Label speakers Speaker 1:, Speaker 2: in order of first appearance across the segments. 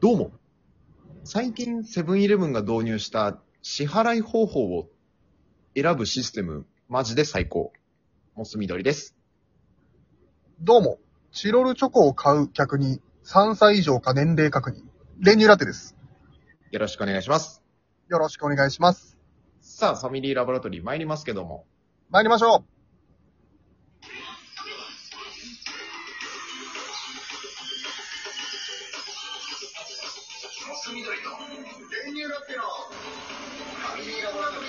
Speaker 1: どうも。最近、セブンイレブンが導入した支払い方法を選ぶシステム、マジで最高。モス緑です。
Speaker 2: どうも、チロルチョコを買う客に、3歳以上か年齢確認、練乳ラテです。
Speaker 1: よろしくお願いします。
Speaker 2: よろしくお願いします。
Speaker 1: さあ、ファミリーラボラトリー参りますけども。
Speaker 2: 参りましょ
Speaker 3: モス緑と練乳ラテのファミリーラボラトリー。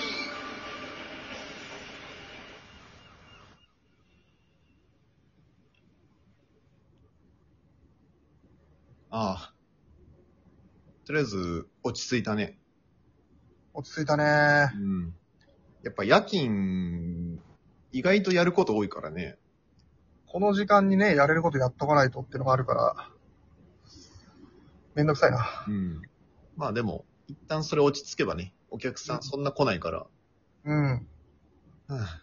Speaker 1: ああ。とりあえず、落ち着いたね。
Speaker 2: う。落ち着いたね
Speaker 1: う。ん。やっぱ夜勤、意外とやること多いからね。
Speaker 2: この時間にね、やれることやっとかないとってのがあるから、めんどくさいな。
Speaker 1: うん。まあでも、一旦それ落ち着けばね、お客さんそんな来ないから、
Speaker 2: うん。
Speaker 1: はあ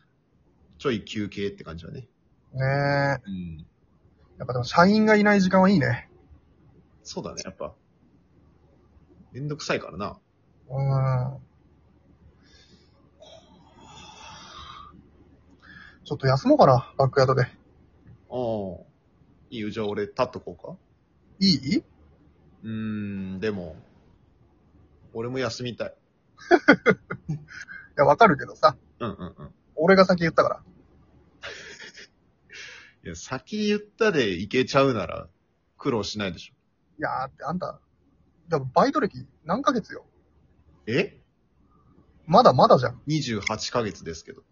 Speaker 1: ちょい休憩って感じだね。
Speaker 2: ねえ。や
Speaker 1: うん。
Speaker 2: っぱでも社員がいない時間はいいね。
Speaker 1: そうだね、やっぱ。めんどくさいからな。
Speaker 2: うん。ちょっと休もうかな、バックヤードで。
Speaker 1: おいいよ、じゃあ俺立っとこうか。
Speaker 2: いいう
Speaker 1: ーん、でも、俺も休みたい。
Speaker 2: いや、わかるけどさ。
Speaker 1: うんうんうん。
Speaker 2: 俺が先言ったから。
Speaker 1: いや、先言ったで行けちゃうなら、苦労しないでしょ。
Speaker 2: いやーって、あんた、でもバイト歴何ヶ月よ。
Speaker 1: え
Speaker 2: まだまだじゃん。
Speaker 1: ?28 ヶ月ですけど。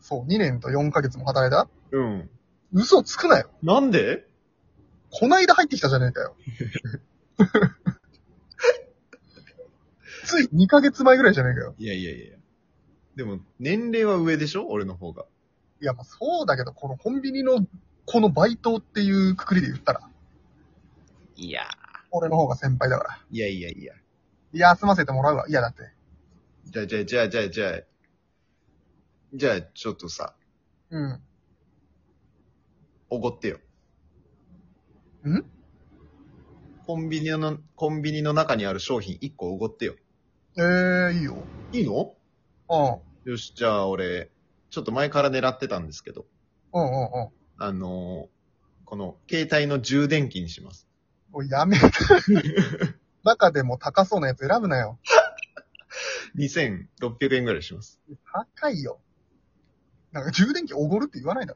Speaker 2: そう、2年と4ヶ月も働いた
Speaker 1: うん。
Speaker 2: 嘘つくなよ。
Speaker 1: なんで
Speaker 2: こないだ入ってきたじゃねえかよ。つい2ヶ月前ぐらいじゃねえかよ。
Speaker 1: いやいやいやいや。でも、年齢は上でしょ俺の方が。
Speaker 2: いや、まあそうだけど、このコンビニの、このバイトっていうくくりで言ったら、
Speaker 1: いや
Speaker 2: 俺の方が先輩だから。
Speaker 1: いやいやいや。
Speaker 2: いや、休ませてもらうわ。いや、だって。
Speaker 1: じゃあじゃあじゃあじゃあじゃあ。じゃあ、ちょっとさ、
Speaker 2: うん。
Speaker 1: おごってよ。
Speaker 2: ん
Speaker 1: コンビニの、コンビニの中にある商品1個おごってよ。
Speaker 2: えー、いいよ。
Speaker 1: いいの
Speaker 2: うん。
Speaker 1: よし、じゃあ俺、ちょっと前から狙ってたんですけど、
Speaker 2: うんうんうん。
Speaker 1: あのーこの、携帯の充電器にします。
Speaker 2: もうやめた。中でも高そうなやつ選ぶなよ。
Speaker 1: 2600円ぐらいします。
Speaker 2: 高いよ。なんか充電器おごるって言わないだ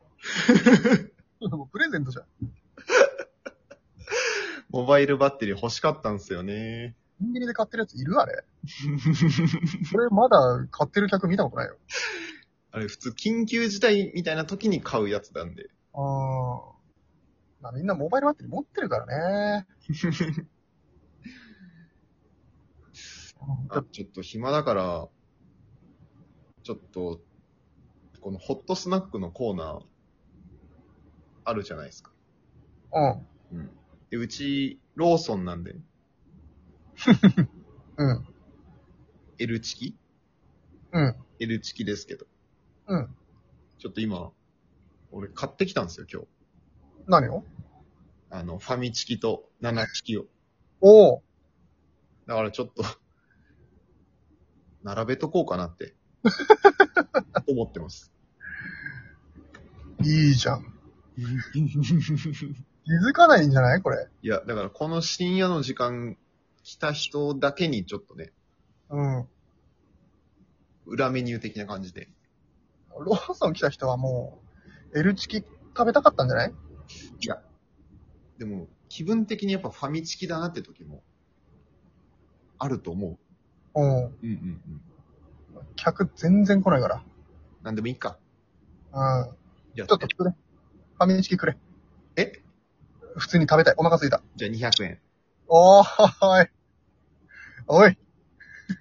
Speaker 2: ろ。もうプレゼントじゃん。
Speaker 1: モバイルバッテリー欲しかったんですよね。
Speaker 2: コンビニで買ってるやついるあれ。それまだ買ってる客見たことないよ。
Speaker 1: あれ、普通、緊急事態みたいな時に買うやつなんで。
Speaker 2: あー。まあみんなモバイルバッテリー持ってるからね。
Speaker 1: あちょっと暇だから、ちょっと、このホットスナックのコーナー、あるじゃないですか。
Speaker 2: うん。
Speaker 1: うん。で、うち、ローソンなんで、
Speaker 2: うん。
Speaker 1: L チキ
Speaker 2: うん。
Speaker 1: ?L チキですけど。
Speaker 2: うん。
Speaker 1: ちょっと今、俺買ってきたんですよ、今日。
Speaker 2: 何を
Speaker 1: あの、ファミチキと7チキを。
Speaker 2: おー。
Speaker 1: だからちょっと、並べとこうかな って、思ってます。
Speaker 2: いいじゃん。気づかないんじゃないこれ。
Speaker 1: いや、だからこの深夜の時間、来た人だけにちょっとね、
Speaker 2: うん。
Speaker 1: 裏メニュー的な感じで。
Speaker 2: ローソン来た人はもう、L チキ食べたかったんじゃない
Speaker 1: いや、でも、気分的にやっぱファミチキだなって時も、あると思
Speaker 2: うん。
Speaker 1: う。うんうんうん。
Speaker 2: 客全然来ないから。
Speaker 1: なんでもいいか。
Speaker 2: うん。
Speaker 1: じゃあ
Speaker 2: ちょっとくれ。ファミチキくれ。
Speaker 1: え
Speaker 2: 普通に食べたい。お腹すいた。
Speaker 1: じゃあ200円。
Speaker 2: おーい。おい。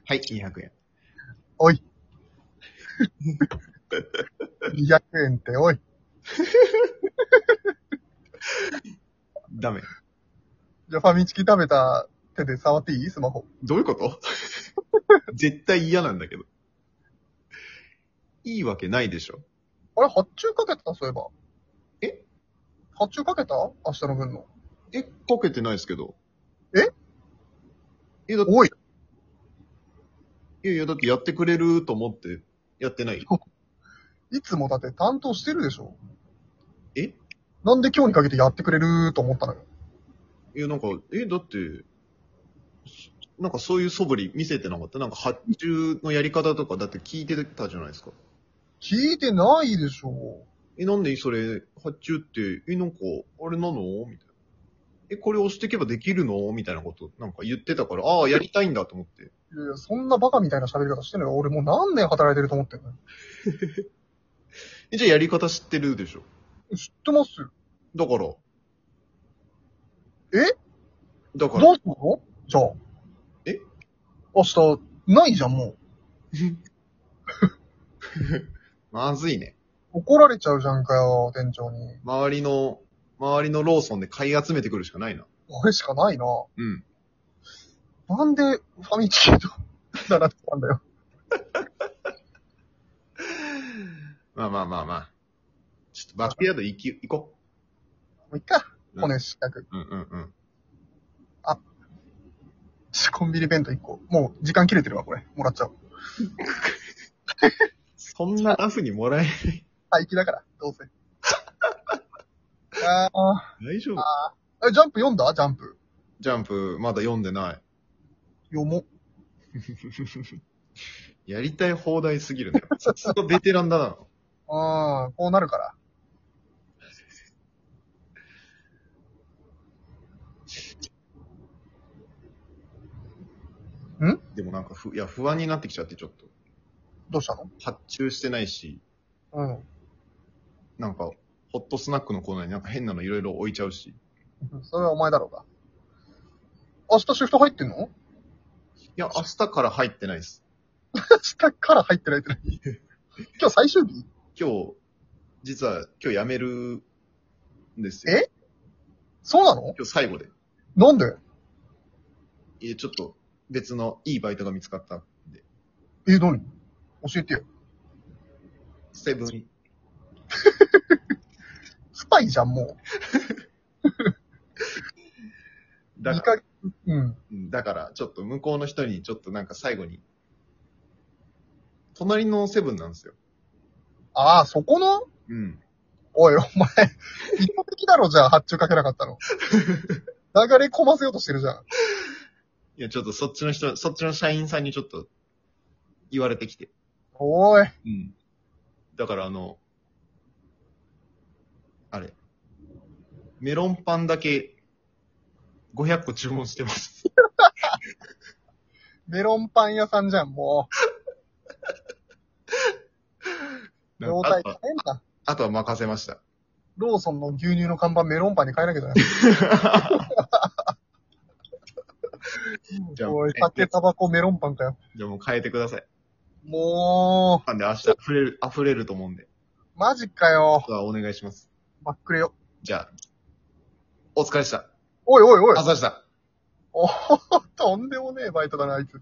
Speaker 1: はい、200円。
Speaker 2: 200円って、おい。
Speaker 1: ダメ。
Speaker 2: じゃあファミチキ食べた手で触っていいスマホ。
Speaker 1: どういうこと 絶対嫌なんだけど。いいわけないでしょ。
Speaker 2: あれ、発注かけたそういえば。
Speaker 1: え
Speaker 2: 発注かけた明日の分の。
Speaker 1: え、かけてないですけど。
Speaker 2: え
Speaker 1: え、だって、
Speaker 2: おい、
Speaker 1: いやいや、だってやってくれると思って、やってない。
Speaker 2: いつもだって担当してるでしょ。
Speaker 1: え
Speaker 2: なんで今日にかけてやってくれると思ったのよ。
Speaker 1: いや、なんか、え、だって、なんかそういう素振り見せてなかったなんか発注のやり方とか、だって聞いてたじゃないですか。
Speaker 2: 聞いてないでしょ。
Speaker 1: え、なんでそれ、発注って、え、なんか、あれなのみたいな。え、これ押していけばできるのみたいなこと、なんか言ってたから、ああ、やりたいんだと思って。
Speaker 2: いやいや、そんなバカみたいな喋り方してるのよ。俺もう何年働いてると思ってんのよ。
Speaker 1: え、じゃあやり方知ってるでしょ
Speaker 2: 知ってますよ。
Speaker 1: だから。
Speaker 2: え
Speaker 1: だから、
Speaker 2: どうすんのじゃあ。
Speaker 1: え
Speaker 2: 明日、ないじゃん、もう。
Speaker 1: まずいね。
Speaker 2: 怒られちゃうじゃんかよ、店長に。
Speaker 1: 周りの、周りのローソンで買い集めてくるしかないな。
Speaker 2: あれしかないな。
Speaker 1: うん。
Speaker 2: なんで、ファミチキと、 習ってたんだよ。
Speaker 1: まあまあまあまあ。ちょっとバックヤード行き、行こ
Speaker 2: もういっか。
Speaker 1: うん
Speaker 2: 骨四角。
Speaker 1: う。うんうんうん。
Speaker 2: コンビニ弁当1個。もう時間切れてるわ、これ。もらっちゃおう。
Speaker 1: そんなラフにもらえ、
Speaker 2: 廃棄だから、どうせ。ああ
Speaker 1: 大丈夫
Speaker 2: ー。え、ジャンプ読んだジャンプ。
Speaker 1: ジャンプ、まだ読んでない。
Speaker 2: 読もう。
Speaker 1: やりたい放題すぎるね。さすがベテランだな。
Speaker 2: ああ、こうなるから。
Speaker 1: でもなんかふ、いや、不安になってきちゃって、ちょっと。
Speaker 2: どうしたの
Speaker 1: 発注してないし、
Speaker 2: う
Speaker 1: なんか、ホットスナックのコーナーになんか変なのいろいろ置いちゃうし。
Speaker 2: ん。それはお前だろうが。明日シフト入ってんの
Speaker 1: いや、明日から入ってないです。
Speaker 2: 明日から入ってないって何今日最終日
Speaker 1: 今日、実は今日辞めるんですよ。
Speaker 2: えそうなの
Speaker 1: 今日最後で。
Speaker 2: なんで
Speaker 1: いや、ちょっと別のいいバイトが見つかったんで。
Speaker 2: え、何教えてよ。
Speaker 1: セブン、
Speaker 2: スパイじゃん、もう。
Speaker 1: だ
Speaker 2: 二
Speaker 1: から、
Speaker 2: ヶうん。
Speaker 1: うんだからちょっと向こうの人にちょっとなんか最後に、隣のセブンなんですよ。
Speaker 2: ああ、そこの
Speaker 1: うん。
Speaker 2: おい、お前、一般的だろ、じゃあ、発注かけなかったの。流れ込ませようとしてるじゃん。
Speaker 1: いや、ちょっとそっちの人、そっちの社員さんにちょっと言われてきて。
Speaker 2: おい、
Speaker 1: うん。だからあの、あれ、メロンパンだけ500個注文して ます。
Speaker 2: メロンパン屋さんじゃん、もう。
Speaker 1: なん
Speaker 2: 状
Speaker 1: かあ
Speaker 2: 態
Speaker 1: とは
Speaker 2: 変だ。
Speaker 1: あとは任せました。
Speaker 2: ローソンの牛乳の看板メロンパンに変えなきゃいけない。
Speaker 1: じゃあ、
Speaker 2: おい、
Speaker 1: 変え
Speaker 2: 酒、
Speaker 1: て
Speaker 2: タバコ、メロンパンかよ。
Speaker 1: じゃあもう変えてください。
Speaker 2: も
Speaker 1: なんで明日溢れる、溢れると思うんで。
Speaker 2: う、マジかよ。
Speaker 1: あとはお願いします。
Speaker 2: 真っくれよ。
Speaker 1: じゃあ、お疲れでした。
Speaker 2: おいおいおい。
Speaker 1: 朝でした。
Speaker 2: おお、とんでもねえバイトだな、あいつ。